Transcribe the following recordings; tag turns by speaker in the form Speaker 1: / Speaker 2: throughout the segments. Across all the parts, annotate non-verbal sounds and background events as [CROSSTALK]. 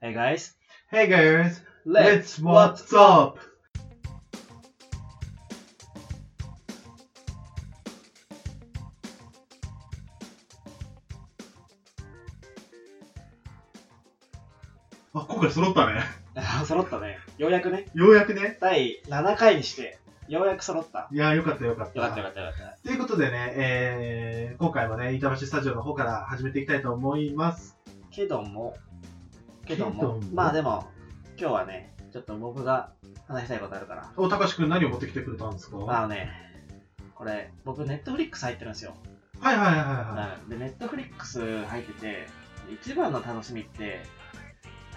Speaker 1: Hey guys,
Speaker 2: Hey guys,
Speaker 1: let's what?
Speaker 2: what's up? あ、今回揃ったね。
Speaker 1: あ [LAUGHS] 揃ったね。ようやくね、
Speaker 2: ようやくね。
Speaker 1: 第7回にして、ようやく揃った。
Speaker 2: いや、よかったよかった。
Speaker 1: よかったよかったよかった。
Speaker 2: ということでね、えー、今回もね、板橋スタジオの方から始めていきたいと思います。
Speaker 1: けども、けど
Speaker 2: けど
Speaker 1: も
Speaker 2: も、
Speaker 1: まあでも、今日はね、ちょっと僕が話したいことあるから。
Speaker 2: お、たかしくん何を持ってきてくれたんですか
Speaker 1: あ
Speaker 2: はい
Speaker 1: のね、これ、僕、ネットフリックス入ってるんですよ。
Speaker 2: はいはいは
Speaker 1: うん、で、ネットフリックス入ってて、一番の楽しみって、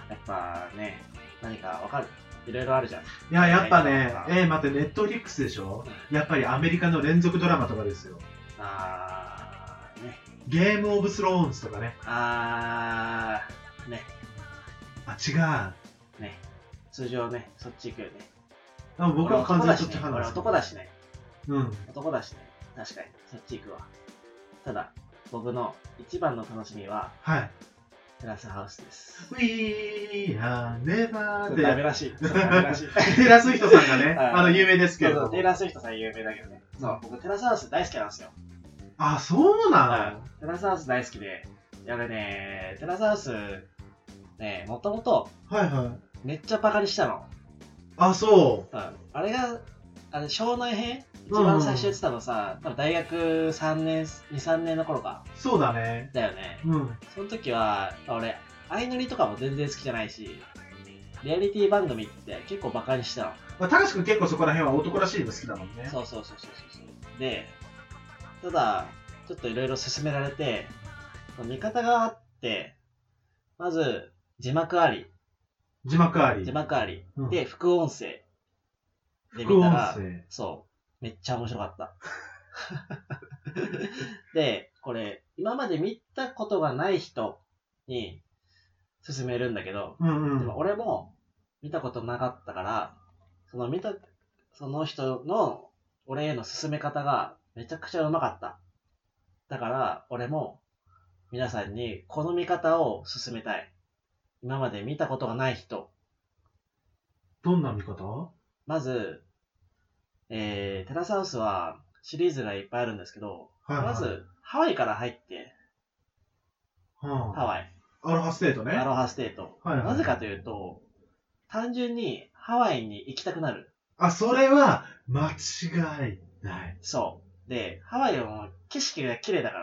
Speaker 1: やっぱね、何かわかるいろいろあるじゃん。
Speaker 2: い。いや、やっ
Speaker 1: は
Speaker 2: ぱ
Speaker 1: い
Speaker 2: ね
Speaker 1: は、い
Speaker 2: えー、待って、ネットフリックスでしょやっぱりアメリカの連続ドラマとかですよ。
Speaker 1: あー、ね。
Speaker 2: ゲームオブスローンズとかね。
Speaker 1: あー、ね。
Speaker 2: あ、違う。
Speaker 1: ね、通常ね、そっち行くよね。
Speaker 2: あ僕は完全にそっち
Speaker 1: 俺
Speaker 2: 派なんですよ
Speaker 1: 男だしね、
Speaker 2: うん。
Speaker 1: 男だしね、確かに、そっち行くわ。ただ、僕の一番の楽しみは、
Speaker 2: はい。
Speaker 1: テラスハウスです。
Speaker 2: We are never
Speaker 1: それダメ
Speaker 2: there.
Speaker 1: ら
Speaker 2: [LAUGHS]
Speaker 1: しい。それダメらしい。
Speaker 2: テラスヒトさんがね、
Speaker 1: [LAUGHS] はい
Speaker 2: あの、有名ですけ
Speaker 1: そう
Speaker 2: れど
Speaker 1: そう、
Speaker 2: も
Speaker 1: テ。ラス人さん有名だけどね。そう、僕テラスハウス大好きなんですよ。
Speaker 2: あ、そうな
Speaker 1: はいテラスハウス大好きで、いや俺ね、テラスハウス、ね、もともと
Speaker 2: のはいはい。
Speaker 1: めっちゃバカにしたの。
Speaker 2: あ、そ
Speaker 1: うんあれが、あれ、庄内編一番最初やってたのさ、多分大学3年、2、3年の頃か。
Speaker 2: う。そうだね。
Speaker 1: だよね。
Speaker 2: うん。
Speaker 1: その時は、俺、相乗りとかも全然好きじゃないし、リアリティ番組って結構バカにしてたの。
Speaker 2: まあ、たかしくん結構そこら辺は男らしいの好きだもんね。
Speaker 1: そうそうそうそうそうそう。で、ただ、ちょっといろいろ勧められて、見方があって、まず、字幕あり、
Speaker 2: 字幕あり。
Speaker 1: 字幕あり、
Speaker 2: うん
Speaker 1: で、副音声で見
Speaker 2: 副音
Speaker 1: たら、
Speaker 2: 声。
Speaker 1: そう。めっちゃ面白かった。 [LAUGHS] で、これ、今まで見たことがない人に勧めるんだけど、
Speaker 2: うんう
Speaker 1: で
Speaker 2: ん
Speaker 1: も。俺も見たことなかったから、その見た、その人の俺への勧め方がめちゃくちゃうまかった。だから、俺も皆さんにこの見方を勧めたい。今まで見たことがない人。
Speaker 2: どんな見方
Speaker 1: まず、えー、テラスハウスはシリーズがいっぱいあるんですけど、
Speaker 2: はいはい
Speaker 1: まず、ハワイから入って、
Speaker 2: うん
Speaker 1: ハワイ、
Speaker 2: アロハステートね。
Speaker 1: アロハステート。
Speaker 2: はいはい
Speaker 1: なぜかというと、単純にハワイに行きたくなる。
Speaker 2: あ、それは間違いない。
Speaker 1: そう。で、ハワイはもう景色が綺麗だか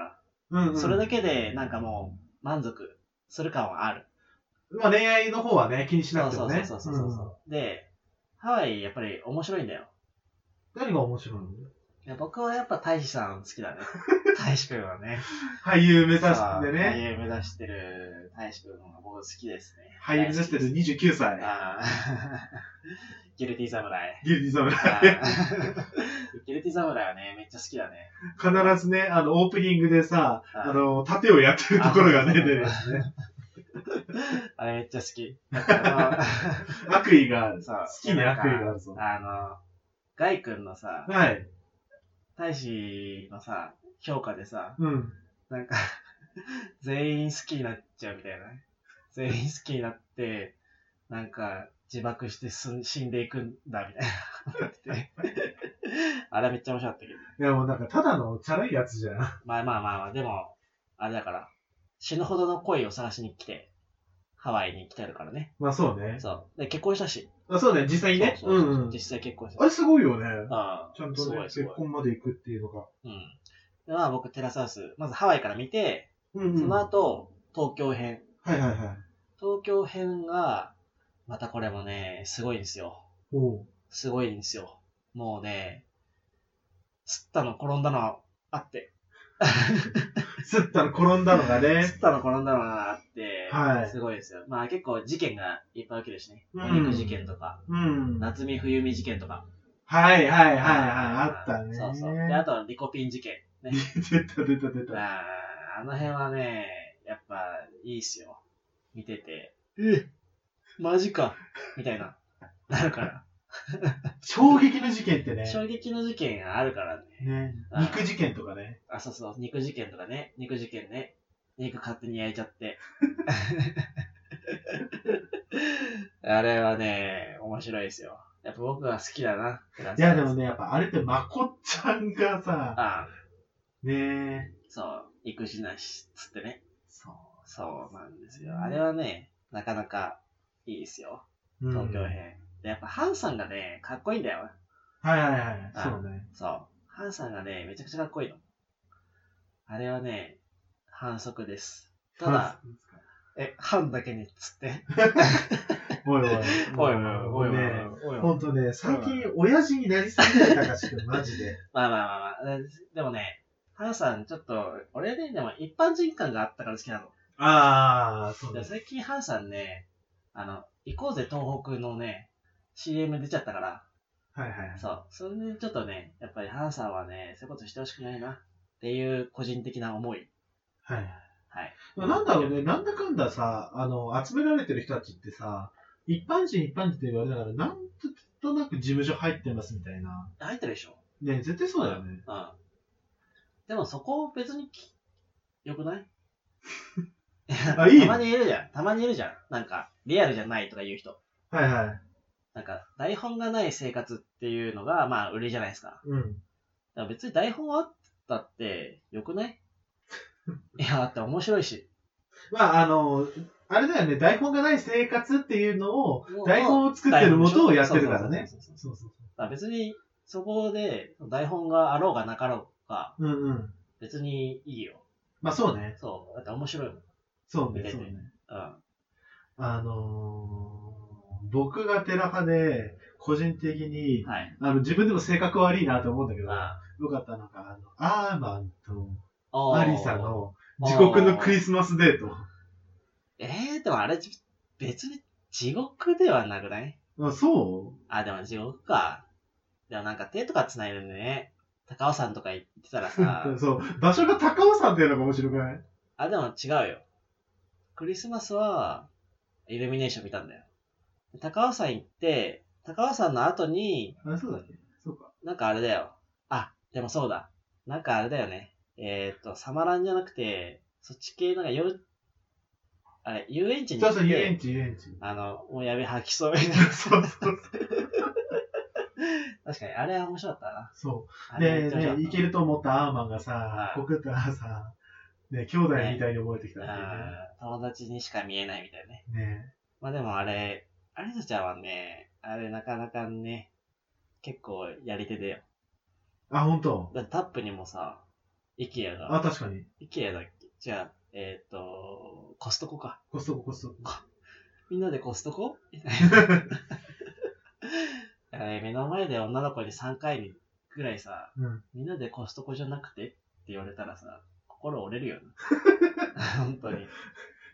Speaker 1: ら、
Speaker 2: うん、
Speaker 1: それだけでなんかもう満足する感はある。
Speaker 2: まあ恋愛の方はね、気にし
Speaker 1: そ
Speaker 2: な
Speaker 1: う
Speaker 2: くて
Speaker 1: そ
Speaker 2: も
Speaker 1: うそ
Speaker 2: ね。
Speaker 1: うそうそうそう、で、ハワイやっぱり面白いんだよ。
Speaker 2: うん何が面白いの
Speaker 1: いや僕はやっぱ大使さん好き
Speaker 2: [LAUGHS]
Speaker 1: だね。大使くんはね。
Speaker 2: 俳優目指
Speaker 1: さ
Speaker 2: し
Speaker 1: あ
Speaker 2: てね。
Speaker 1: 俳優目指してる大志くんが僕好きですね。
Speaker 2: 俳優目指してる29歳。
Speaker 1: ああ。ギルティー [LAUGHS]
Speaker 2: [LAUGHS]
Speaker 1: 侍。
Speaker 2: ギルディ侍。
Speaker 1: あーギルティー侍はね、めっちゃ好きだね。
Speaker 2: [LAUGHS] 必ずね、あの、オープニングでさ、
Speaker 1: あー
Speaker 2: あの、盾をやってるところがね、出る。
Speaker 1: あれめっちゃ好
Speaker 2: [LAUGHS]
Speaker 1: き。あ
Speaker 2: 悪意があ
Speaker 1: の
Speaker 2: る。
Speaker 1: そ
Speaker 2: 好
Speaker 1: う
Speaker 2: きに悪意があるぞ。
Speaker 1: あの、ガイくんのさ、
Speaker 2: はい。
Speaker 1: 大使のさ、評価でさ、
Speaker 2: うん。
Speaker 1: なんか、 [LAUGHS] 全員好きになっちゃうみたいな。全員好きになって、なんか、自爆してすん死んでいくんだ、みたいな。 [LAUGHS] あれめっちゃ面白かったけど。
Speaker 2: いや、もうなんか、ただのチャラいやつじゃん。 [LAUGHS]
Speaker 1: まあまあまあまあ、でも、あれだから、死ぬほどの恋を探しに来て、ハワイに来てるからね。
Speaker 2: まあそうね。
Speaker 1: そう。で、結婚したし。
Speaker 2: あそうね、実際にね。
Speaker 1: そう
Speaker 2: う
Speaker 1: そ
Speaker 2: ん
Speaker 1: うそう
Speaker 2: うん
Speaker 1: 実。際結婚し
Speaker 2: あ
Speaker 1: た。
Speaker 2: れすごいよね。
Speaker 1: ああ
Speaker 2: ちゃん
Speaker 1: す
Speaker 2: とね
Speaker 1: ご、いす
Speaker 2: 結
Speaker 1: ごい。
Speaker 2: 婚まで行くっていうのが。
Speaker 1: うん。で、まあ僕、テラスハウス、まずハワイから見て、
Speaker 2: うん
Speaker 1: そ
Speaker 2: うん。
Speaker 1: の
Speaker 2: はい
Speaker 1: 後、東京編。
Speaker 2: はいはい。
Speaker 1: 東京編が、またこれもね、すごいんですよ。
Speaker 2: おう
Speaker 1: すごいんですよ。もうね、吸ったの転んだのあって、
Speaker 2: すったら転んだのがね。
Speaker 1: 吸ったの転んだのがあって、
Speaker 2: はい
Speaker 1: すごいですよ。まあ結構事件がいっぱい起きるしね。
Speaker 2: うん
Speaker 1: お肉事件とか、
Speaker 2: うん。はい
Speaker 1: 夏見冬見事件とか。
Speaker 2: はいはいはい、あったね。
Speaker 1: そうそう。で、あとはリコピン事件。ね、 [LAUGHS]
Speaker 2: 出た出た出た。
Speaker 1: あーあの辺はね、やっぱいいっすよ。見てて。えマジかみたいな。なるから。
Speaker 2: 衝撃の事件ってね。
Speaker 1: 衝撃の事件があるからね。
Speaker 2: ね。
Speaker 1: あ
Speaker 2: 肉事件とかね。
Speaker 1: あ、そうそう、肉事件とかね、肉事件ね、肉勝手に焼いちゃって。 [LAUGHS] あれはね、面白いですよ。やっぱ僕は好きだな。
Speaker 2: いや、でもね、やっぱあれってまこちゃんがさ、
Speaker 1: ああ
Speaker 2: ねえ、
Speaker 1: そう、育児なし、つってね。
Speaker 2: そ
Speaker 1: そうなんですよ。あれはね、なかなかいいですよ。
Speaker 2: う。
Speaker 1: 東京
Speaker 2: うん
Speaker 1: 編。でやっぱハンさんがね、かっこいいんだよ。
Speaker 2: はいはいはい。そうね。
Speaker 1: そう。ハンさんがね、めちゃくちゃかっこいいの。あれはね、反則です。ただ、え、ハンだけにっつって。
Speaker 2: [LAUGHS] おいおい。
Speaker 1: おいおいおいおいおい
Speaker 2: ね
Speaker 1: おいおい
Speaker 2: ほんとね、最近、親父になりすぎてる高橋くん、マジで。
Speaker 1: まあまあまあまあ。でもね、ハンさんちょっと、俺ね、でも一般人感があったから好きなの。
Speaker 2: ああ、そう
Speaker 1: で
Speaker 2: ね。
Speaker 1: 最近ハンさんね、あの、行こうぜ東北のね、CM 出ちゃったから、
Speaker 2: はいはいはい。
Speaker 1: そう。それでちょっとね、やっぱりハンさんはね、そういうことしてほしくないな、っていう個人的な思い。
Speaker 2: はいはい。
Speaker 1: はい。
Speaker 2: まあなんだろうね、なんだかんださ、あの、集められてる人たちってさ、一般人一般人って言われながら、なんとなく事務所入ってますみたいな。
Speaker 1: 入ってるでしょ
Speaker 2: ね、絶対そうだよね。
Speaker 1: うん。でもそこ別にき、よくない
Speaker 2: [LAUGHS] あいいの
Speaker 1: たまにいるじゃん。たまにいるじゃん。なんか、リアルじゃないとか言う人。
Speaker 2: はいはい。
Speaker 1: なんか、台本がない生活っていうのが、まあ、売りじゃないですか。
Speaker 2: うん。
Speaker 1: だから別に台本あったって、よくない
Speaker 2: [LAUGHS]
Speaker 1: いや、だって面白いし。
Speaker 2: まあ、あの、あれだよね、台本がない生活っていうのを、
Speaker 1: もう
Speaker 2: 台本を作ってるもとをやってるからね。
Speaker 1: そうそうそうそう
Speaker 2: そうそう
Speaker 1: だから別に、そこで、台本があろうがなかろうが、
Speaker 2: そう。うんうん。
Speaker 1: 別にいいよ。
Speaker 2: まあそうね。
Speaker 1: そう。だって面白いもん。うん。
Speaker 2: そう
Speaker 1: 見
Speaker 2: ね、
Speaker 1: てて
Speaker 2: そうね。あのー、僕がテラ派で、個人的に、
Speaker 1: はい。
Speaker 2: あの、自分でも性格悪いなと思うんだけど、
Speaker 1: あ
Speaker 2: よかったのが、あの、アーマンと
Speaker 1: おー
Speaker 2: アリサの地獄のクリスマスデート。
Speaker 1: えー、でもあれ、別に地獄ではなくない
Speaker 2: あそ
Speaker 1: あ、でも地獄か。でもなんか手とか繋いでね、高尾山とか行ってたらさ
Speaker 2: [LAUGHS] う、そう。場所が高尾山っていうのが面白くない
Speaker 1: あ、でも違うよ。クリスマスは、イルミネーション見たんだよ。高尾山行って、高尾山の後に、
Speaker 2: あ、そうだっけそうか。
Speaker 1: なんかあれだよ。あ、でもそうだ。なんかあれだよね。えー、っと、サマランじゃなくて、そっち系、なんか夜、あれ、遊園地に
Speaker 2: そ
Speaker 1: 行
Speaker 2: う
Speaker 1: っ
Speaker 2: そう、遊園
Speaker 1: て、
Speaker 2: 地、遊園 [LAUGHS] 地。
Speaker 1: あの、もうやべ、吐きそうみたいな。
Speaker 2: そうそう。
Speaker 1: 確かに、あれは面白かったな。
Speaker 2: そう。
Speaker 1: あれめ
Speaker 2: で、
Speaker 1: っちゃ面白
Speaker 2: ね
Speaker 1: かっ、た
Speaker 2: いけると思ったアーマンがさ
Speaker 1: は、い
Speaker 2: コクターさ、ね、兄弟みたいに思えてきたって
Speaker 1: うん友達にしか見えないみたいなね。
Speaker 2: いうね。ね
Speaker 1: まあでもあれ、アリサちゃんはね、あれなかなかね、結構やり手だよ。
Speaker 2: あ、本当
Speaker 1: だってタップにもさ、イケアが、
Speaker 2: あ、確かに。
Speaker 1: イケアだっけじゃあ、えっ、と、コストコか。
Speaker 2: コストコ、コストコ。
Speaker 1: みんなでコスト
Speaker 2: [LAUGHS]
Speaker 1: コみたいな。あれ目の前で女の子に3回ぐらいさ、
Speaker 2: うん。
Speaker 1: みんなでコストコじゃなくてって言われたらさ、心折れる
Speaker 2: [LAUGHS]
Speaker 1: よな。本当に。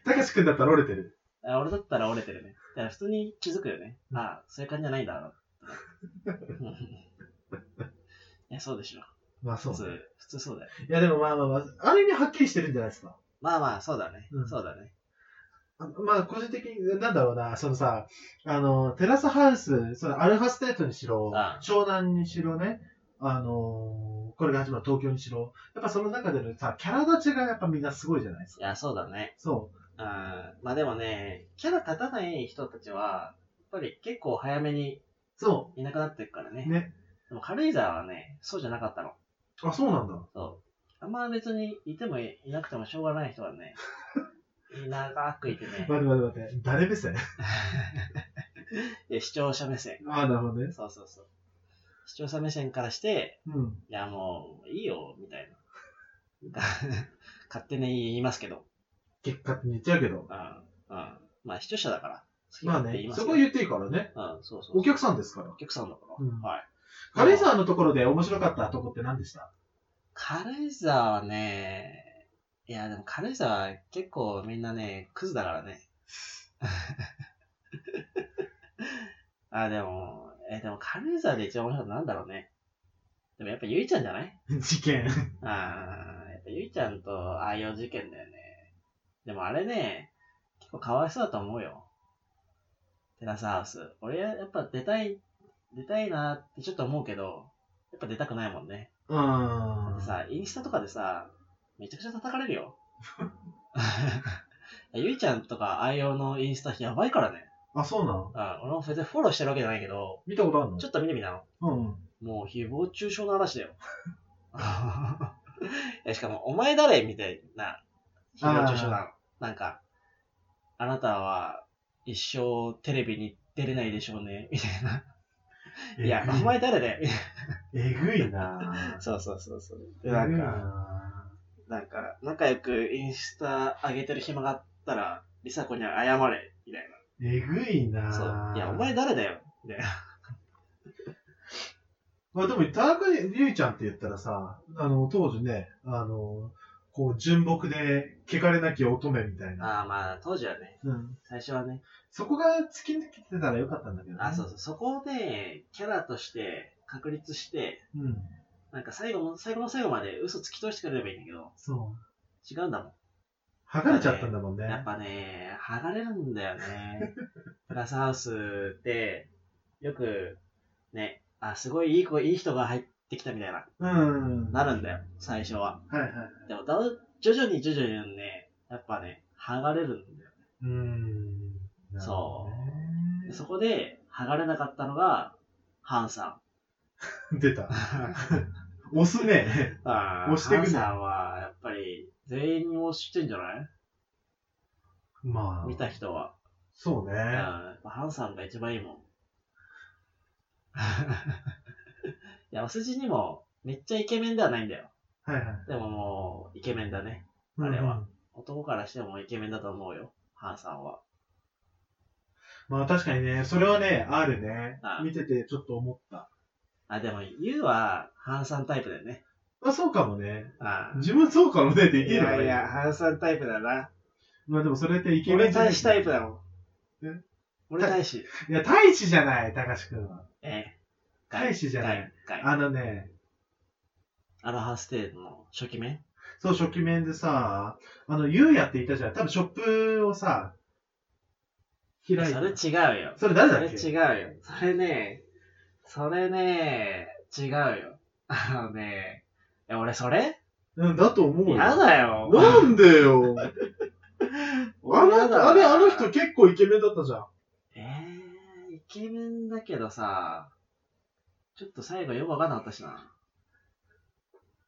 Speaker 2: たかしくんだったら折れてる。
Speaker 1: あ俺だったら折れてるね。だから普通に気づくよね。
Speaker 2: うん
Speaker 1: ああ、そういう感じじゃないんだ
Speaker 2: [LAUGHS]
Speaker 1: な。うんいや、そうでしょ。
Speaker 2: まあそ
Speaker 1: 普
Speaker 2: う
Speaker 1: 通、
Speaker 2: ね。
Speaker 1: 普通そうだよ。
Speaker 2: いやでもまあまあまあ、ある意味はっきりしてるんじゃないですか。
Speaker 1: まあまあ、そうだね。
Speaker 2: うん
Speaker 1: そうだね。
Speaker 2: あまあ個人的に、なんだろうな、そのさ、あの、テラスハウス、そのアルファステートにしろ
Speaker 1: あ、
Speaker 2: 湘南にしろね、あのこれが始まる東京にしろ、やっぱその中でのさ、キャラ立ちがやっぱみんなすごいじゃないですか。
Speaker 1: いや、そうだね。
Speaker 2: そ
Speaker 1: うん。まあでもね、キャラ立たない人たちは、やっぱり結構早めに
Speaker 2: う。そ
Speaker 1: いなくなっていくからね。
Speaker 2: う。ね。
Speaker 1: でも軽井沢はね、そうじゃなかったの。
Speaker 2: あ、そうなんだ。
Speaker 1: そう。あんま別にいてもいなくてもしょうがない人は
Speaker 2: [LAUGHS]
Speaker 1: ね、長くいてね、
Speaker 2: 待って待って待って、誰目線
Speaker 1: いや視聴者目線。
Speaker 2: ああ、なるほどね。
Speaker 1: そうそうそう。視聴者目線からして、
Speaker 2: うん。
Speaker 1: いや、もう、いいよ、みたいな。 [LAUGHS] 勝手に言いますけど。
Speaker 2: 結果って言っちゃうけど。
Speaker 1: うん。うん。まあ、視聴者だから。好き
Speaker 2: まあ
Speaker 1: 勝手言い
Speaker 2: ね、
Speaker 1: ます
Speaker 2: そ
Speaker 1: け
Speaker 2: こ
Speaker 1: ど。
Speaker 2: は言っていいからね。
Speaker 1: うん、そうそう。
Speaker 2: お客さんですから
Speaker 1: お。客さんだから。
Speaker 2: うん
Speaker 1: はい。
Speaker 2: 軽井沢のところで面白かったとこって何でした [LAUGHS]
Speaker 1: 軽井沢はね、いや、でも軽井沢は結構みんなね、クズだからね。 [LAUGHS] あ、でも、え、でも軽井沢で一番面白いのなんだろうね。でもやっぱゆいちゃんじゃない
Speaker 2: 事件。
Speaker 1: ああ、やっぱゆいちゃんとああいう事件だよね。でもあれね、結構かわいそうだと思うよ。テラスハウス。俺やっぱ出たい、出たいなってちょっと思うけど、やっぱ出たくないもんね。
Speaker 2: う
Speaker 1: だっ
Speaker 2: ん
Speaker 1: て。さ、インスタとかでさ、めちゃくちゃ叩かれる [LAUGHS] よ。いやゆいちゃんとかああいうのインスタやばいからね。
Speaker 2: あ、そうなん
Speaker 1: あ俺も別にフォローしてるわけじゃないけど、
Speaker 2: 見たことあるの
Speaker 1: ちょっと見てみな。
Speaker 2: うんうん。
Speaker 1: もう誹謗中傷の嵐だよ。 [LAUGHS] いやしかも、お前誰みたいな誹謗中傷なの。なんか、あなたは一生テレビに出れないでしょうね。みたいな。いや、お前誰だよ。みたい
Speaker 2: えぐいな
Speaker 1: なそうそうそうそう。
Speaker 2: え
Speaker 1: で、
Speaker 2: ぐ
Speaker 1: なん
Speaker 2: い
Speaker 1: か、な
Speaker 2: な
Speaker 1: んか、仲良くインスタ上げてる暇があったら、りさこには謝れ。みたい
Speaker 2: えぐいな
Speaker 1: な。そう。いや、お前誰だよ。みたいな。
Speaker 2: まあでも、田中ゆいちゃんって言ったらさ、あの、当時ね、あの、こう、純朴で、汚れなき乙女みたい
Speaker 1: あ
Speaker 2: な。
Speaker 1: あ、まあ、当時はね、
Speaker 2: うん。
Speaker 1: 最初はね、
Speaker 2: そこが突き抜けてたらよかったんだけど、ね。
Speaker 1: あ、そうそう、そこをね、キャラとして確立して、
Speaker 2: う。うん。
Speaker 1: なんか最後の、最後の最後まで嘘つき通してくれればいいんだけど、
Speaker 2: そう。
Speaker 1: 違うんだもん。
Speaker 2: 剥がれちゃったんだもんね。
Speaker 1: やっぱね、剥がれるんだよね。
Speaker 2: [LAUGHS]
Speaker 1: グラスハウスって、よく、ね、あ、すごいいい子、いい人が入ってきたみたいな、
Speaker 2: うん。
Speaker 1: なるんだよ、最初は。
Speaker 2: はいはい。
Speaker 1: でも、だ徐々に徐々にね、やっぱね、剥がれるんだよ。
Speaker 2: うーん。
Speaker 1: そうでそこで、剥がれなかったのが、ハンさん。
Speaker 2: [LAUGHS] 出た。押
Speaker 1: [LAUGHS]
Speaker 2: すね。
Speaker 1: あー
Speaker 2: 押してくね
Speaker 1: ハンさんは、やっぱり、全員に押してんじゃない
Speaker 2: まあ。
Speaker 1: 見た人は。
Speaker 2: そうね。
Speaker 1: うんやっぱハンさんが一番いいもん。 [LAUGHS] いや、お世辞にも、めっちゃイケメンではないんだよ。
Speaker 2: はいはい。
Speaker 1: でももう、イケメンだね。
Speaker 2: うん
Speaker 1: あれは。男からしてもイケメンだと思うよ。ハンさんは。
Speaker 2: まあ確かにね、それはね、あるね
Speaker 1: あ。あ
Speaker 2: 見ててちょっと思った。
Speaker 1: あ、でも、ユウは、ハンさんタイプだよね。
Speaker 2: まあそうかもね。
Speaker 1: あー
Speaker 2: 自分そうかもねって言っ
Speaker 1: い
Speaker 2: ていいのか
Speaker 1: や
Speaker 2: ね
Speaker 1: いや、ハンさんタイプだな。
Speaker 2: まあでもそれってイケメ
Speaker 1: 俺
Speaker 2: ンじゃない
Speaker 1: 大使タイプだもん。
Speaker 2: え
Speaker 1: 俺大使。
Speaker 2: いや、大使じゃない、高志くんは。
Speaker 1: ええ。
Speaker 2: 大使じゃない。
Speaker 1: 外。外
Speaker 2: あのね、
Speaker 1: アロハステージの初期面
Speaker 2: そう、初期面でさ、あの、ゆうやっていたじゃん。多分ショップをさ、開いて。
Speaker 1: それ違うよ。
Speaker 2: それ誰
Speaker 1: そ
Speaker 2: だ
Speaker 1: れ
Speaker 2: っけ
Speaker 1: 違うよ。それね、それね、違うよ。あのね、いや俺それ
Speaker 2: うん、だと思うよ。
Speaker 1: 嫌だよ。
Speaker 2: なんで [LAUGHS] よ。あ
Speaker 1: 嫌だ
Speaker 2: の、あれ、あの人結構イケメンだったじゃん。
Speaker 1: えー、イケメンだけどさ、ちょっと最後よくわかんなかったしな。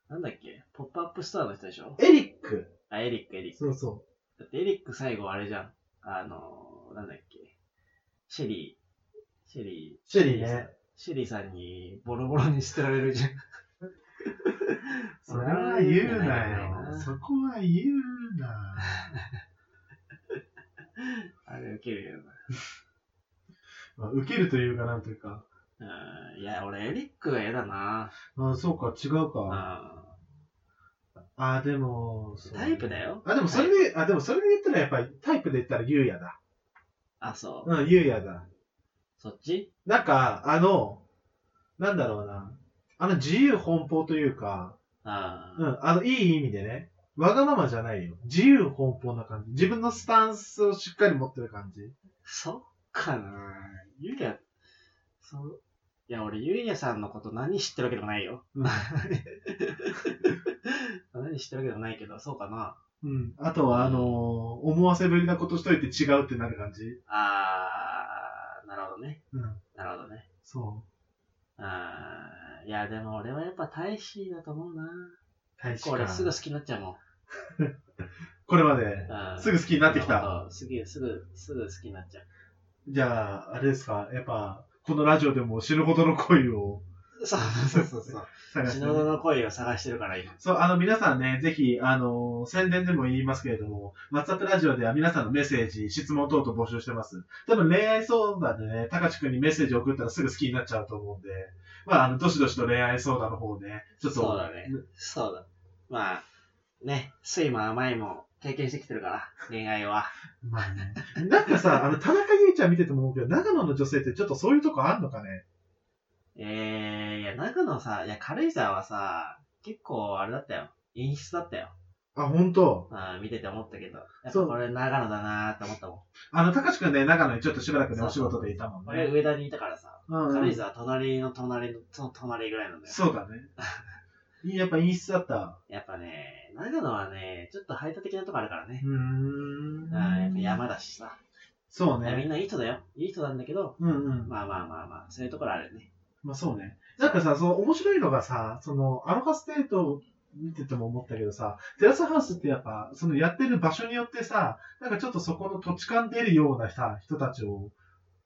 Speaker 1: なんだっけポップアップストアの人でしょ
Speaker 2: エリック。
Speaker 1: あ、エリック、エリック。
Speaker 2: そうそ
Speaker 1: だってエリック最後あれじゃん。あのー、なんだっけシェリー、シェリー、
Speaker 2: う。シェリーね。
Speaker 1: シェリーさんにボロボロに捨てられるじゃん。
Speaker 2: それは言う
Speaker 1: そ
Speaker 2: な
Speaker 1: れは言う
Speaker 2: よ。
Speaker 1: な
Speaker 2: そこは言うな。
Speaker 1: あれウケるよ
Speaker 2: まあ、受けるというか、なんというか。
Speaker 1: な。うん、いや、俺エリックが嫌だな。
Speaker 2: あそうか、違う
Speaker 1: うん、
Speaker 2: か。あ、でも、そう
Speaker 1: タイプだよ。
Speaker 2: あ、でもそれで、あ、でもそれで言ったらやっぱりタイプで言ったらゆうやだ。
Speaker 1: あ、そう。
Speaker 2: うん、ゆうやだ。
Speaker 1: そっち
Speaker 2: なんか、あの、なんだろうな。あの自由奔放というか、
Speaker 1: あ
Speaker 2: う、ん、あの、いい意味でね。わがままじゃないよ。自由奔放な感じ。自分のスタンスをしっかり持ってる感じ。
Speaker 1: そっかな。ユリア、そう。いや、俺ユリアさんのこと何知ってるわけでもないよ。 [LAUGHS]
Speaker 2: うん
Speaker 1: 何知ってるわけでもないけど、そうかな。
Speaker 2: うん。あとは、あのー思わせぶりなことしといて違うってなる感じ。
Speaker 1: あー、なるほどね。
Speaker 2: うん。
Speaker 1: なるほどね。
Speaker 2: そ
Speaker 1: あーいや、でも俺はやっぱ大使だと思うな。
Speaker 2: う。大使か
Speaker 1: これすぐ好きになっちゃうもん。
Speaker 2: これまで、
Speaker 1: うん
Speaker 2: すぐ好きになってきた。
Speaker 1: そうすぐ、すぐ、すぐ好きになっちゃ
Speaker 2: じゃあ、あれですか、やっぱ、このラジオでも死ぬほどの恋を
Speaker 1: う。そうそうそう [LAUGHS] そう。
Speaker 2: 探して
Speaker 1: 篠田の恋を探してるから今。
Speaker 2: そう、あの、皆さんね、ぜひ、あの、宣伝でも言いますけれども、ワッツアップラジオでは皆さんのメッセージ、質問等々募集してます。多分恋愛相談でね、高知くんにメッセージ送ったらすぐ好きになっちゃうと思うんで、まあ、あの、どしどしと恋愛相談の方ね、ちょっと、
Speaker 1: そうだね。そうだ。まあ、ね、酸いも甘いも経験してきてるから、恋愛は。
Speaker 2: まあね。なんかさ、あの、田中優ちゃん見てても思うけど、長野の女性ってちょっとそういうとこあんのかね
Speaker 1: えー、いや、長野さ、いや、軽井沢はさ、結構あれだったよ。陰湿だったよ。
Speaker 2: あ、ほんと。
Speaker 1: うん、見てて思ったけど。やっ
Speaker 2: そ
Speaker 1: ぱ
Speaker 2: う
Speaker 1: これ長野だなーって思ったも
Speaker 2: あの、高知くんね、長野にちょっとしばらくね、
Speaker 1: そう
Speaker 2: お仕事でいたもん
Speaker 1: ん。俺
Speaker 2: ね。
Speaker 1: 上田にいたからさ。
Speaker 2: うんうん
Speaker 1: 軽井沢隣の隣のその隣ぐらいなんだよ。
Speaker 2: そうだね。いややっぱ陰湿だった。
Speaker 1: やっぱね、長野はね、ちょっと排他的なとこあるからね。
Speaker 2: うーん。
Speaker 1: うん、やっぱ山だしさ。
Speaker 2: そう
Speaker 1: み
Speaker 2: ね。
Speaker 1: んないい人だよ。いい人なんだけど、
Speaker 2: うんうん。
Speaker 1: まあまあまあまあ、そういうところあるよね。
Speaker 2: まあそうね。なんかさ、その面白いのがさ、その、アロハステートを見てても思ったけどさ、テラスハウスってやっぱ、そのやってる場所によってさ、なんかちょっとそこの土地感出るようなさ、人たちを、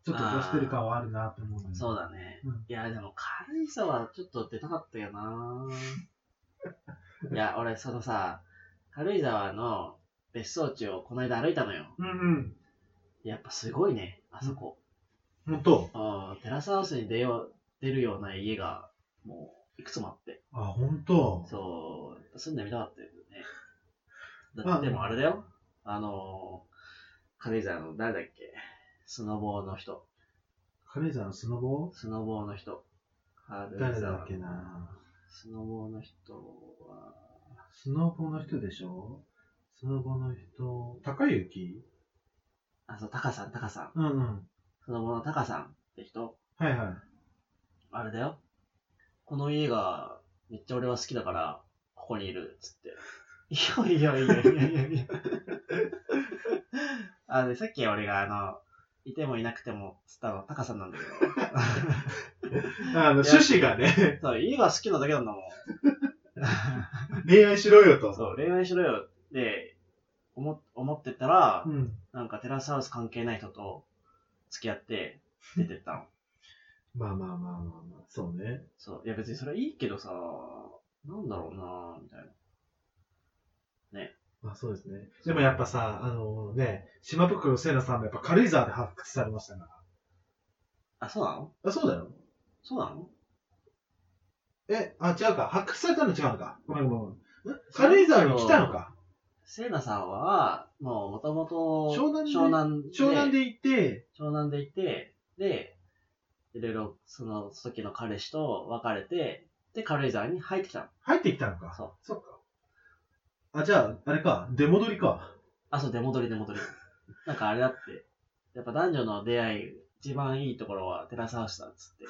Speaker 2: ちょっと出してる感はあるなと思う、ね、
Speaker 1: そうだね。
Speaker 2: うん
Speaker 1: いや、でも軽井沢ちょっと出たかったよな [LAUGHS] いや、俺そのさ、軽井沢の別荘地をこの間歩いたのよ。
Speaker 2: うんうん。
Speaker 1: やっぱすごいね、あそこ。
Speaker 2: 本当
Speaker 1: あーテラスハウスに出よう出るような家が、もう、いくつもあって。
Speaker 2: あ、本当
Speaker 1: そう、やっぱ住んでみたかったよね。
Speaker 2: ま
Speaker 1: だ
Speaker 2: あ
Speaker 1: ってでもあれだよ。あのー、軽井沢の誰だっけスノボーの人。
Speaker 2: 軽井沢のスノボ
Speaker 1: スノボーの人。軽井沢の
Speaker 2: 誰だっけな
Speaker 1: スノボーの人は、
Speaker 2: スノボの人でしょスノボの人。高雪
Speaker 1: あ、そう、タカさん、タカさん。
Speaker 2: うんうん。
Speaker 1: スノボーのタカさんって人。
Speaker 2: はいはい。
Speaker 1: あれだよ。この家が、めっちゃ俺は好きだから、ここにいる、っつって。いやいやいやいやいやいや。あで、さっき俺が、あの、いてもいなくても、つったの、タカさんなんだけど。
Speaker 2: あの、趣旨がね、 [LAUGHS]
Speaker 1: そう、家が好きなだけなんだもん。
Speaker 2: 恋愛しろよと。
Speaker 1: そう、恋愛しろよって、思、思ってたら、
Speaker 2: うん。
Speaker 1: なんかテラスハウス関係ない人と、付き合って、出てったの。
Speaker 2: まあまあまあまあまあ、そうね。
Speaker 1: そう。いや別にそれはいいけどさ、なんだろうなみたいな。
Speaker 2: まあそうですね。でもやっぱさ、あのね、島袋聖奈さんもやっぱ軽井沢で発掘されましたから。
Speaker 1: あ、そうなの
Speaker 2: あ、そうだよ。
Speaker 1: そうなの
Speaker 2: え、あ、違うか。発掘されたの違うのか。ごめんごめん。ん軽井沢に来たのか。
Speaker 1: セイナさんは、もうもともと、
Speaker 2: 湘南で
Speaker 1: 湘南で、
Speaker 2: 湘南で行って、
Speaker 1: 湘南でいて、で、いろいろ、その時の彼氏と別れて、で、軽井沢に入ってきたの。
Speaker 2: 入ってきたのか。
Speaker 1: そう。
Speaker 2: そっか。あ、じゃあ、あれか。出戻りか。
Speaker 1: あ、そう、出戻り出
Speaker 2: [LAUGHS]
Speaker 1: 戻り。なんかあれだって、やっぱ男女の出会い、一番いいところはテラスハウスだっ
Speaker 2: [LAUGHS]
Speaker 1: つって、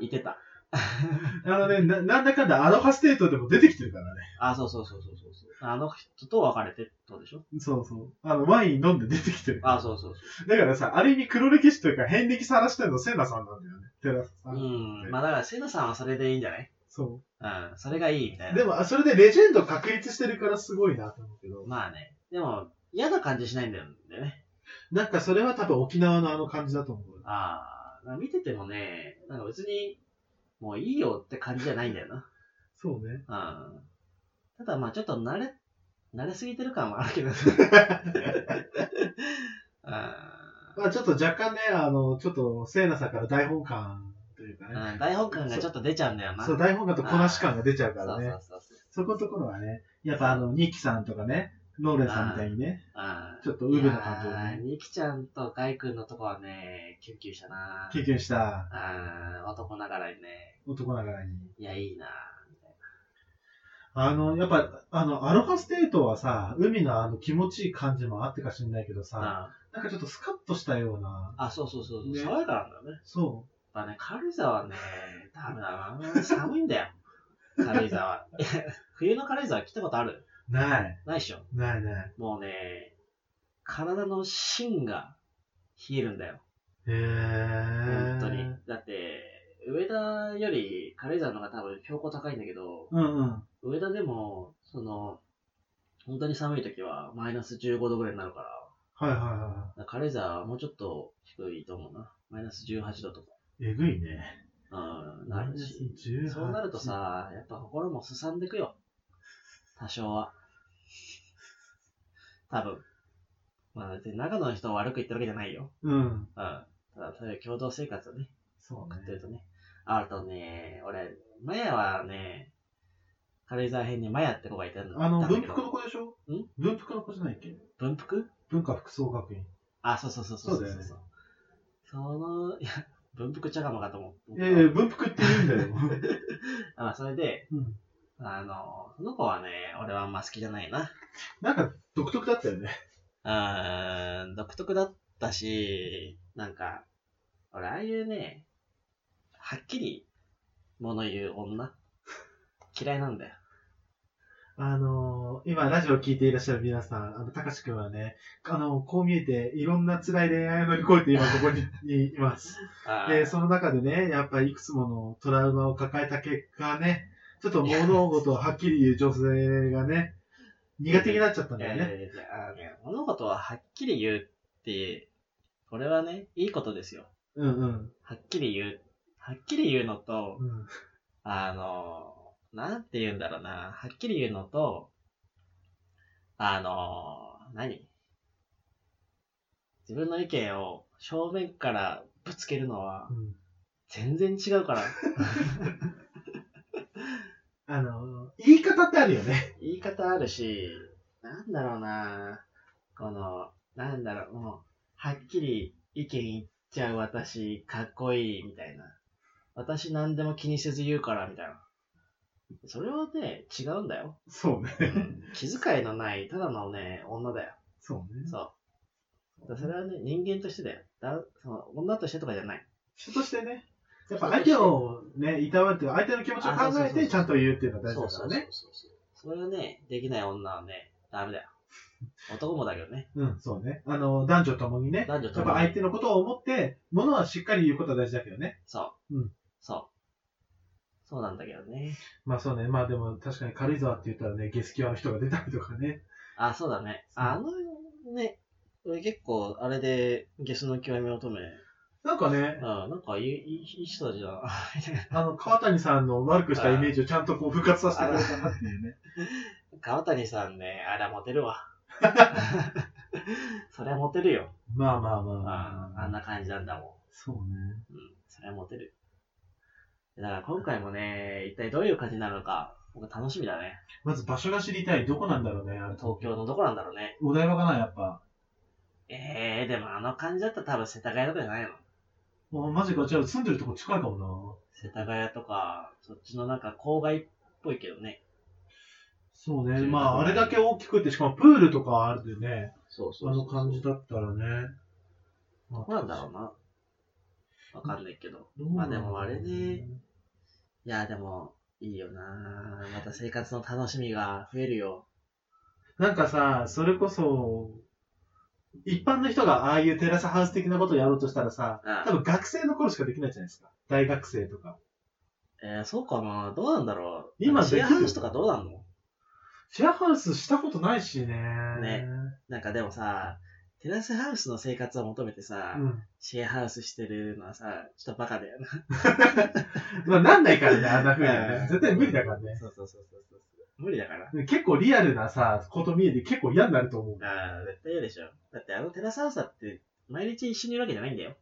Speaker 1: 言ってた。
Speaker 2: あのね、ななんだかんだアロハステートでも出てきてるからね。
Speaker 1: あ、そうそうそうそうそうそう。あの人と別れてってことでしょ
Speaker 2: そうそう。あの、ワイン飲んで出てきてる。
Speaker 1: あ、そうそうそう。
Speaker 2: だからさ、ある意味黒歴史というか、変歴さらしてるの聖奈さんなんだよね。テラスさ。
Speaker 1: うんん。まあだから、セナさんはそれでいいんじゃない
Speaker 2: そ。
Speaker 1: うん。それがいいみたいうな。
Speaker 2: でも、あそれでレジェンド確立してるからすごいなと思うけど、
Speaker 1: まあね。でも、嫌な感じしないんだよね。
Speaker 2: なんかそれは多分沖縄のあの感じだと思う。
Speaker 1: ああ。なんか見ててもね、なんか別に、もういいよって感じじゃないんだよ
Speaker 2: そうね。
Speaker 1: な。うん。ただまあちょっと慣れ、慣れすぎてる感はあるけ
Speaker 2: [LAUGHS]
Speaker 1: どね。あ
Speaker 2: まあちょっと若干ね、あの、ちょっと聖奈さんから台本感というかね。
Speaker 1: あ。台本感がちょっと出ちゃうんだよな。
Speaker 2: そう、台本感とこなし感が出ちゃうからね。
Speaker 1: そうそうそうそう。
Speaker 2: そこのところはね、やっぱあの、ニッキさんとかね、ノーレンさんみたいにね、
Speaker 1: ああ。
Speaker 2: ちょっとウブな感じを
Speaker 1: いやー
Speaker 2: ね、
Speaker 1: ニキちゃんとガイ君のとこはね、キュンキュンしたな。
Speaker 2: 経験した
Speaker 1: ああ、男ながらにね。
Speaker 2: 男ながらに。
Speaker 1: いや、いいな。みたい
Speaker 2: あの、やっぱ、あの、アロハステートはさ、海のあの気持ちいい感じもあってか知んないけど
Speaker 1: な。
Speaker 2: さ、なんかちょっとスカッとしたような、
Speaker 1: あ、そうそうそうそう、
Speaker 2: ね
Speaker 1: 爽やかなんだよね。やっ
Speaker 2: そ
Speaker 1: ぱね、軽井沢は
Speaker 2: [LAUGHS]
Speaker 1: ね、ダメだな。寒いんだよ。軽井沢。 [LAUGHS] いや冬の軽井沢来たことある
Speaker 2: う、ない、
Speaker 1: ないっしょ。
Speaker 2: ないない。
Speaker 1: もうね、体の芯が冷えるんだよ。
Speaker 2: へ
Speaker 1: 本
Speaker 2: ー。
Speaker 1: 当に。だって、上田より軽井沢の方が多分標高高いんだけど、
Speaker 2: うんうん。
Speaker 1: 上田でも、その、本当に寒い時はマイナス15度ぐらいになるから、
Speaker 2: はいはいは
Speaker 1: だから軽井沢はもうちょっと低いと思うな。マイナス18度とか。
Speaker 2: い。えぐいね。
Speaker 1: うん、なるし。
Speaker 2: 18
Speaker 1: そうなると、さ、やっぱ心もすさんでくよ。多少は。多分。まあ別に長野の人を悪く言ってるわけじゃないよ。
Speaker 2: うん。
Speaker 1: うん。ただ、そういう共同生活をね、
Speaker 2: そう
Speaker 1: 送って
Speaker 2: ね。
Speaker 1: るとね。あとね、俺、マヤはね、軽井沢編にマヤって子がいたんだ
Speaker 2: あ
Speaker 1: い
Speaker 2: の、
Speaker 1: たん
Speaker 2: 文
Speaker 1: だけど
Speaker 2: 福の子でしょ
Speaker 1: ん
Speaker 2: 文福の子じゃないっけ
Speaker 1: 文福
Speaker 2: 文化服装学院。
Speaker 1: あ、そうそうそうそう
Speaker 2: そうだよね
Speaker 1: そうその、いや、文福茶釜かと思って。
Speaker 2: いやいや、文福って言うんだよ。
Speaker 1: [LAUGHS] あまあそれで、
Speaker 2: うん
Speaker 1: あの、その子はね、俺はあんま好きじゃないな。
Speaker 2: なんか独特だったよね。
Speaker 1: うーん、独特だったし、なんか、俺、ああいうね、はっきり物言う女、嫌いなんだよ。
Speaker 2: あのー今ラジオを聞いていらっしゃる皆さん、あの、たかしくんはね、あのこう見えて、いろんな辛い恋愛を乗り越えて今ここににいます。
Speaker 1: あー
Speaker 2: で、その中でね、やっぱりいくつものトラウマを抱えた結果ね、ちょっと物事をはっきり言う女性がね、苦手になっちゃったん
Speaker 1: いや
Speaker 2: だよ
Speaker 1: いや
Speaker 2: ね。
Speaker 1: いやあのね物事ははっきり言うって、これはね、いいことですよ。
Speaker 2: うんうん。
Speaker 1: はっきり言う。はっきり言うのと、
Speaker 2: うん
Speaker 1: あの、なんて言うんだろうな。はっきり言うのと、あの、何自分の意見を正面からぶつけるのは
Speaker 2: うん。
Speaker 1: 全然違うから。
Speaker 2: あのー言い方ってあるよね。 [LAUGHS]
Speaker 1: 言い方あるし、なんだろうな。この、なんだろう、もう、はっきり意見言っちゃう私、かっこいい、みたいな。私何でも気にせず言うから、みたいな。それはね、違うんだよ。
Speaker 2: そうね。
Speaker 1: うん
Speaker 2: [LAUGHS]
Speaker 1: 気遣いのない、ただのね、女だよ。
Speaker 2: そうね。
Speaker 1: そう。だからそれはね、人間としてだよ。だその女としてとかじゃない。
Speaker 2: 人としてね、やっぱ相手をね、いたわって、相手の気持ちを考
Speaker 1: あそうそうそう
Speaker 2: え
Speaker 1: そ
Speaker 2: て
Speaker 1: う
Speaker 2: ちゃんと言うっていうのは大事だ
Speaker 1: そ
Speaker 2: か
Speaker 1: う
Speaker 2: ら
Speaker 1: そう
Speaker 2: ね。
Speaker 1: そうそう。それはね、できない女はね、ダメだよ。
Speaker 2: [LAUGHS]
Speaker 1: 男もだけどね。
Speaker 2: うん、そうね。あの、男女ともにね、
Speaker 1: 男女
Speaker 2: や
Speaker 1: と
Speaker 2: っぱ
Speaker 1: も
Speaker 2: 相
Speaker 1: に。
Speaker 2: 手のことを思って、ものはしっかり言うことは大事だけどね。
Speaker 1: そう。
Speaker 2: うん
Speaker 1: そう。そうなんだけどね。
Speaker 2: まあそうね、まあでも確かに軽井沢って言ったらね、ゲス際の人が出たりとかね。
Speaker 1: あ、そうだね。
Speaker 2: そう
Speaker 1: あのね、俺結構、あれで、ゲスの極み乙女。
Speaker 2: なんかね
Speaker 1: うん、、なんかいい、いいいい人たちだな。みたいな
Speaker 2: あの、川谷さんの悪くしたイメージをちゃんとこう復活させてくれたなっていうね。
Speaker 1: [LAUGHS] 川谷さんね、あれはモテるわ。 [LAUGHS] それはモテるよ。
Speaker 2: まあまあま
Speaker 1: あ
Speaker 2: あ。
Speaker 1: あんな感じなんだもん。
Speaker 2: そうね。
Speaker 1: うん、それはモテる。だから今回もね、一体どういう感じになるのか、僕楽しみだね。
Speaker 2: まず場所が知りたい。どこなんだろうね、あれ。
Speaker 1: 東京のどこなんだろうね。
Speaker 2: お台場かな、やっぱ。
Speaker 1: えー、でもあの感じだったら多分世田谷とかじゃないの
Speaker 2: おマジか、じゃあ住んでるとこ近いかもな。
Speaker 1: 世田谷とか、そっちのなんか郊外っぽいけどね。
Speaker 2: そ
Speaker 1: 住
Speaker 2: う
Speaker 1: んで
Speaker 2: ね。
Speaker 1: るとこ
Speaker 2: まあ、あれだけ大きくて、しかもプールとかあるでね、
Speaker 1: そう
Speaker 2: あの感じ
Speaker 1: ど
Speaker 2: だったらね。ど
Speaker 1: こなんだろうな。わかんないけど。
Speaker 2: うなんだろう
Speaker 1: まあでもあれね。いや、でも、いいよなまた生活の楽しみが増えるよ。
Speaker 2: なんかさ、それこそ、一般の人がああいうテラスハウス的なことをやろうとしたらさ、
Speaker 1: うん
Speaker 2: 多分学生の頃しかできないじゃないですか。大学生とか。
Speaker 1: えー、そうかなどうなんだろう。
Speaker 2: 今
Speaker 1: シェア
Speaker 2: でき
Speaker 1: ハ
Speaker 2: る
Speaker 1: ウスとかどうなんの
Speaker 2: シェアハウスしたことないしね。
Speaker 1: ねなんかでもさ、テラスハウスの生活を求めてさ、
Speaker 2: うん。
Speaker 1: シェアハウスしてるのはさ、ちょっとバカだよな。
Speaker 2: まあ、なんないからね、あんな風
Speaker 1: [LAUGHS]
Speaker 2: に
Speaker 1: う
Speaker 2: ね
Speaker 1: ん。
Speaker 2: 絶対無理だからね。
Speaker 1: そうそうそうそうそう。無理だから。
Speaker 2: 結構リアルなさ、こと見えて結構嫌になると思う。
Speaker 1: ああ、絶対嫌でしょ。だってあのテラスハウスだって、毎日一緒にいるわけじゃないんだよ。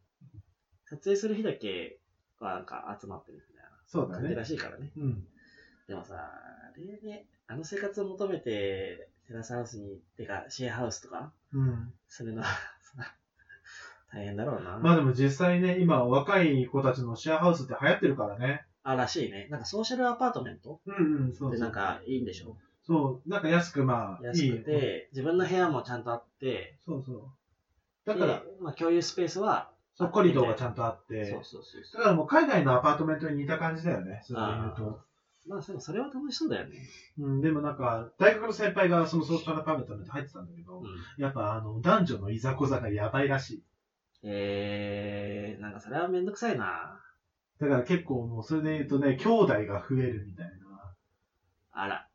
Speaker 1: 撮影する日だけ、なんか集まってるみたい
Speaker 2: そう
Speaker 1: な
Speaker 2: だ
Speaker 1: 感じ
Speaker 2: ね
Speaker 1: ら。しいからね。
Speaker 2: うん。
Speaker 1: でもさ、あれね、あの生活を求めて、テラスハウスに、てか、シェアハウスとか、
Speaker 2: うん。
Speaker 1: するのは、 [LAUGHS] さ大変だろうな。
Speaker 2: まあでも実際ね、今若い子たちのシェアハウスって流行ってるからね。
Speaker 1: あ、らしいね。なんかソーシャルアパートメント
Speaker 2: うんうん、そう
Speaker 1: で
Speaker 2: そう。
Speaker 1: なんかいいんでしょ
Speaker 2: そう、なんか安くまあ、
Speaker 1: 安くて、
Speaker 2: いい。
Speaker 1: 自分の部屋もちゃんとあって、
Speaker 2: そうそう。だから
Speaker 1: で、、まあ、共有スペースは、
Speaker 2: そうコリドーがちゃんとあっ
Speaker 1: そ
Speaker 2: て
Speaker 1: う、そうそうそ
Speaker 2: だからもう海外のアパートメントに似た感じだよね、それで言うと。
Speaker 1: う。まあ、でもそれは楽しそうだよね。
Speaker 2: うん、でもなんか、大学の先輩がそのソーシャルアパートメント入ってたんだけ
Speaker 1: う
Speaker 2: ど
Speaker 1: ん、。
Speaker 2: やっぱあの、男女のいざこざがやばいらしい。
Speaker 1: えー、なんかそれはめんどくさいな。
Speaker 2: だから結構もうそれで言うとね、兄弟が増えるみたいな
Speaker 1: あら。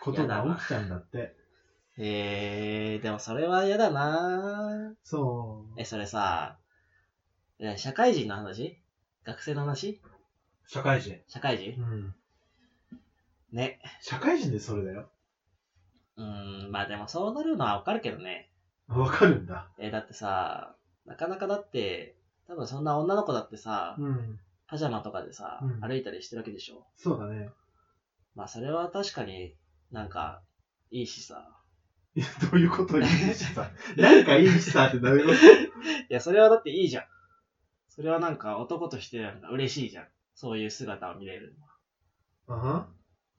Speaker 2: ことが起きちゃうんだって。
Speaker 1: えー、でもそれは嫌だな。
Speaker 2: そう
Speaker 1: え、。それさ、え社会人の話学生の話
Speaker 2: 社会人。
Speaker 1: 社会人
Speaker 2: うん。
Speaker 1: ね。
Speaker 2: 社会人でそれだよ。
Speaker 1: うーん、まあでもそうなるのはわかるけどね。
Speaker 2: あわかるんだ。
Speaker 1: え、だってさ、なかなかだって、多分そんな女の子だってさ、
Speaker 2: うん。
Speaker 1: パジャマとかでさ、
Speaker 2: うん
Speaker 1: 歩いたりしてるわけでしょ。
Speaker 2: そうだね。
Speaker 1: まあそれは確かになんか、いいしさ。
Speaker 2: いや、どういうこといいしさ。 [LAUGHS] なんかいいしさってなるの
Speaker 1: いや、それはだっていいじゃん。それはなんか男としてなんか嬉しいじゃん。そういう姿を見れるのは。
Speaker 2: [LAUGHS] あ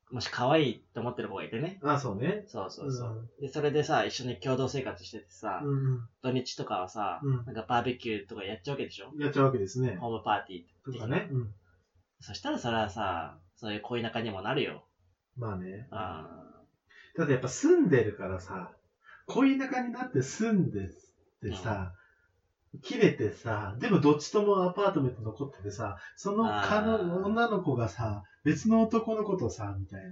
Speaker 1: もし可愛いって思ってる子がいてね。
Speaker 2: あ、そうね。
Speaker 1: そうそうそう。で、それでさ、一緒に共同生活しててさ、
Speaker 2: うん
Speaker 1: 土日とかはさ、
Speaker 2: うん
Speaker 1: なんかバーベキューとかやっちゃうわけでしょ
Speaker 2: うん。やっちゃうわけですね。
Speaker 1: ホームパーティー
Speaker 2: と
Speaker 1: 的
Speaker 2: か
Speaker 1: な
Speaker 2: ね。。うん。
Speaker 1: そしたらそれはさ、そういう恋仲にもなるよ。
Speaker 2: まあね。
Speaker 1: あ
Speaker 2: ただやっぱ住んでるからさ、恋仲になって住んでってさ、切れてさ、でもどっちともアパートメント残っててさ、そのか
Speaker 1: あー
Speaker 2: の女の子がさ、別の男の子とさ、みたい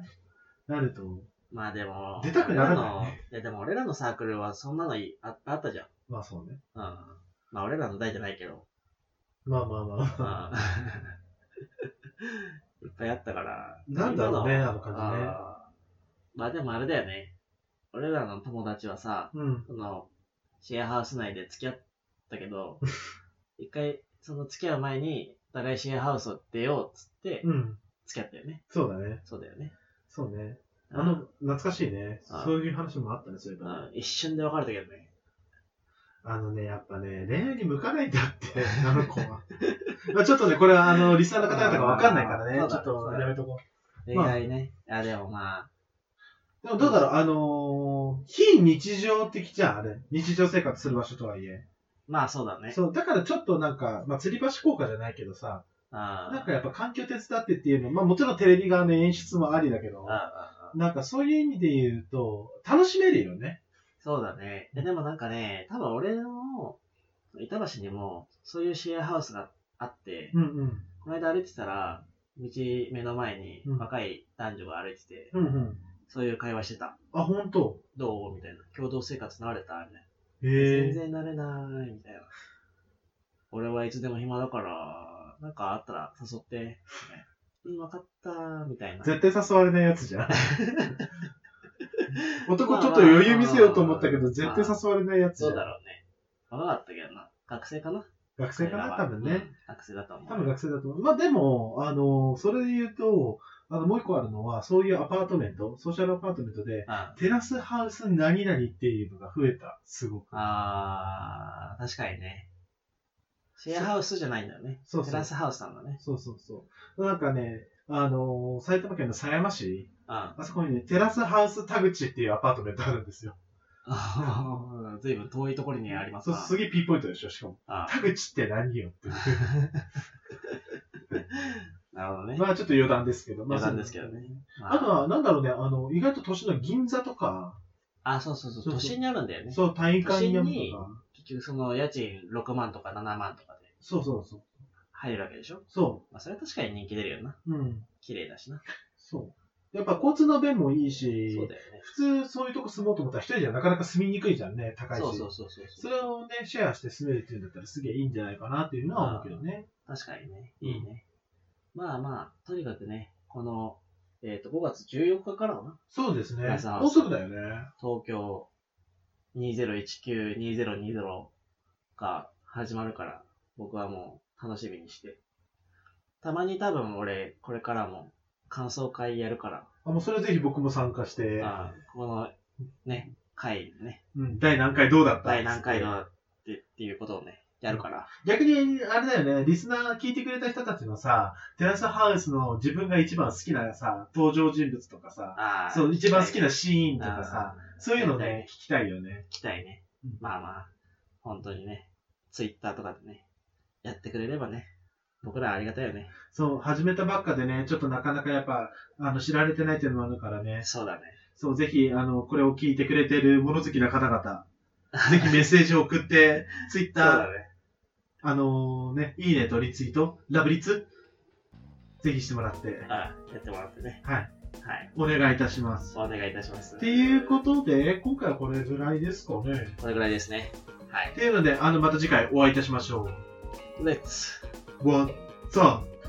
Speaker 2: な、なると、
Speaker 1: まあでも、
Speaker 2: 出たくなら
Speaker 1: 俺ら
Speaker 2: ないね
Speaker 1: のいやでも俺らのサークルはそんなのいああったじゃん。
Speaker 2: まあそうね。
Speaker 1: うん。まあ俺らの代じゃないけど。
Speaker 2: まあまあまあ
Speaker 1: う。ん [LAUGHS] いっぱいあったから。
Speaker 2: なんだろうね
Speaker 1: 今
Speaker 2: あの感じね
Speaker 1: あーまあでもあれだよね。俺らの友達はさ、
Speaker 2: うん。
Speaker 1: その、シェアハウス内で付き合ったけ
Speaker 2: [LAUGHS]
Speaker 1: ど、一回、その付き合う前に、お互いシェアハウスを出ようっつって、
Speaker 2: うん。
Speaker 1: 付き合ったよね。
Speaker 2: そうだね。
Speaker 1: そうだよね。
Speaker 2: そうね。あの、懐かしいね。
Speaker 1: あー
Speaker 2: そういう話もあったね、そういえ
Speaker 1: う
Speaker 2: ばね。
Speaker 1: ん、一瞬で別れたけどね。
Speaker 2: あのね、やっぱね、恋愛に向かないんだって、 [LAUGHS] あの子は。まあちょっとね、これはあの、リスナーの方々がわかんないからね
Speaker 1: あー、
Speaker 2: ち
Speaker 1: そ
Speaker 2: ょ
Speaker 1: うだ
Speaker 2: っとやめとこ
Speaker 1: 恋愛ね。あ、でもまあ、
Speaker 2: う。でもどうだろう、あのー非日常的じゃん、あれ。日常生活する場所とはいえ。
Speaker 1: まあそうだね。
Speaker 2: そう、だからちょっとなんか、まあ吊り橋効果じゃないけどさ、
Speaker 1: ああ
Speaker 2: なんかやっぱ環境手伝ってっていうの、まあもちろんテレビ側の演出もありだけど
Speaker 1: あ、ああ
Speaker 2: なんかそういう意味で言うと、楽しめるよね。
Speaker 1: そうだね。えでもなんかね、多分俺の板橋にもそういうシェアハウスがあって、
Speaker 2: うんうん。
Speaker 1: この間歩いてたら、道目の前に
Speaker 2: うん
Speaker 1: 若い男女が歩いてて、
Speaker 2: うんうん。
Speaker 1: そういう会話してた。
Speaker 2: あ、ほんと。
Speaker 1: どうみたいな。共同生活慣れたみたいな。
Speaker 2: へ
Speaker 1: 全
Speaker 2: え。
Speaker 1: 然慣れない。みたいな。俺はいつでも暇だから、なんかあったら誘って。みたいなうん、わかった。みたいな。
Speaker 2: 絶対誘われないやつじ
Speaker 1: [LAUGHS]
Speaker 2: ゃん。男ちょっと余裕見せようと思ったけど、絶対誘われないやつじゃ
Speaker 1: そうんだ。ろうね。若かったけどな。学生かな
Speaker 2: 学生かな多分
Speaker 1: う
Speaker 2: ね
Speaker 1: ん。学生だと思う。
Speaker 2: 多分学生だと思う。まあでも、あの、それで言うと、あの、もう一個あるのは、そういうアパートメント、ソーシャルアパートメントで、
Speaker 1: あ
Speaker 2: テラスハウス何々っていうのが増えた。すごく。
Speaker 1: あー、確かにね。シェアハウスじゃないんだよね。
Speaker 2: そう
Speaker 1: テ
Speaker 2: そ
Speaker 1: ラ
Speaker 2: う。
Speaker 1: スハウスなんだね。
Speaker 2: そうそうそう。なんかね、あの、埼玉県の狭山市、
Speaker 1: [LAUGHS] あ
Speaker 2: あそこにね、テラスハウス田口っていうアパートメントあるんですよ。
Speaker 1: あ。ずいぶん遠いところにあります
Speaker 2: そう、
Speaker 1: な。
Speaker 2: すげえピンポイントでしょ、しかも。
Speaker 1: あ
Speaker 2: 田口って何よっていう。
Speaker 1: あなるほどね。
Speaker 2: まあちょっと余談ですけど。まあ
Speaker 1: 余談ですけどね。
Speaker 2: あとは、なんだろうね、あの、意外と都市の銀座とか、
Speaker 1: あ、そうそうそう。
Speaker 2: そうそう
Speaker 1: 都心にあるんだよね。
Speaker 2: そう、体育館山と
Speaker 1: 都心に
Speaker 2: か、
Speaker 1: 結局その家賃6万とか7万とかで
Speaker 2: そうそうそう。
Speaker 1: 入るわけでしょ。
Speaker 2: そ
Speaker 1: まあそれは確かに人気出るよな。
Speaker 2: う。うん。
Speaker 1: 綺麗だしな。
Speaker 2: そう。やっぱ交通の便もいいし
Speaker 1: そう、だよね。
Speaker 2: 普通そういうとこ住もうと思ったら一人じゃなかなか住みにくいじゃんね、高いし。
Speaker 1: そうそうそうそう
Speaker 2: それをね、シェアして住めるっていうんだったらすげえいいんじゃないかなっていうのは思うけどね。
Speaker 1: 確かにね。
Speaker 2: うん
Speaker 1: いいね。まあまあ、とにかくね、この、えっ、と、5月14日からかな。
Speaker 2: そうですね。
Speaker 1: 皆さん
Speaker 2: もうすぐだよね。
Speaker 1: 東京2019-2020が始まるから、僕はもう楽しみにして。たまに多分俺、これからも感想会やるから、
Speaker 2: あ、もうそれぜひ僕も参加して、
Speaker 1: あこのね、会ね、
Speaker 2: うん、第何回どうだった
Speaker 1: 第何回のってっていうことをね、やるから。
Speaker 2: 逆に、あれだよね、リスナー聞いてくれた人たちのさ、テラスハウスの自分が一番好きなさ、登場人物とかさ、
Speaker 1: ああ
Speaker 2: そう、一番好き
Speaker 1: な
Speaker 2: なシーンとかさ、、そういうのね、聞きたいよね。
Speaker 1: 期待ね
Speaker 2: うん。
Speaker 1: まあまあ、本当にね、ツイッターとかでね、やってくれればね、僕らありがたいよね。
Speaker 2: そう、始めたばっかでね、ちょっとなかなかやっぱ、あの、知られてないっていうのもあるからね、
Speaker 1: そうだね。
Speaker 2: そう、ぜひ、あの、これを聞いてくれてる物好きな方
Speaker 1: [LAUGHS]
Speaker 2: 々、ぜひメッセージを送って、ツイッ
Speaker 1: そうだ
Speaker 2: ター、
Speaker 1: ね。
Speaker 2: あのね、いいねとリツイート、ラブリツ、ぜひしてもらって、
Speaker 1: あやってもらってね。
Speaker 2: はい。
Speaker 1: はい。
Speaker 2: お願いいたします。
Speaker 1: お願いいたします。
Speaker 2: っていうことで、今回はこれぐらいですかね。
Speaker 1: これぐらいですね。はい
Speaker 2: っ。ていうので、あの、また次回お会いいたしましょ
Speaker 1: レッツ
Speaker 2: う。わっ、さあ。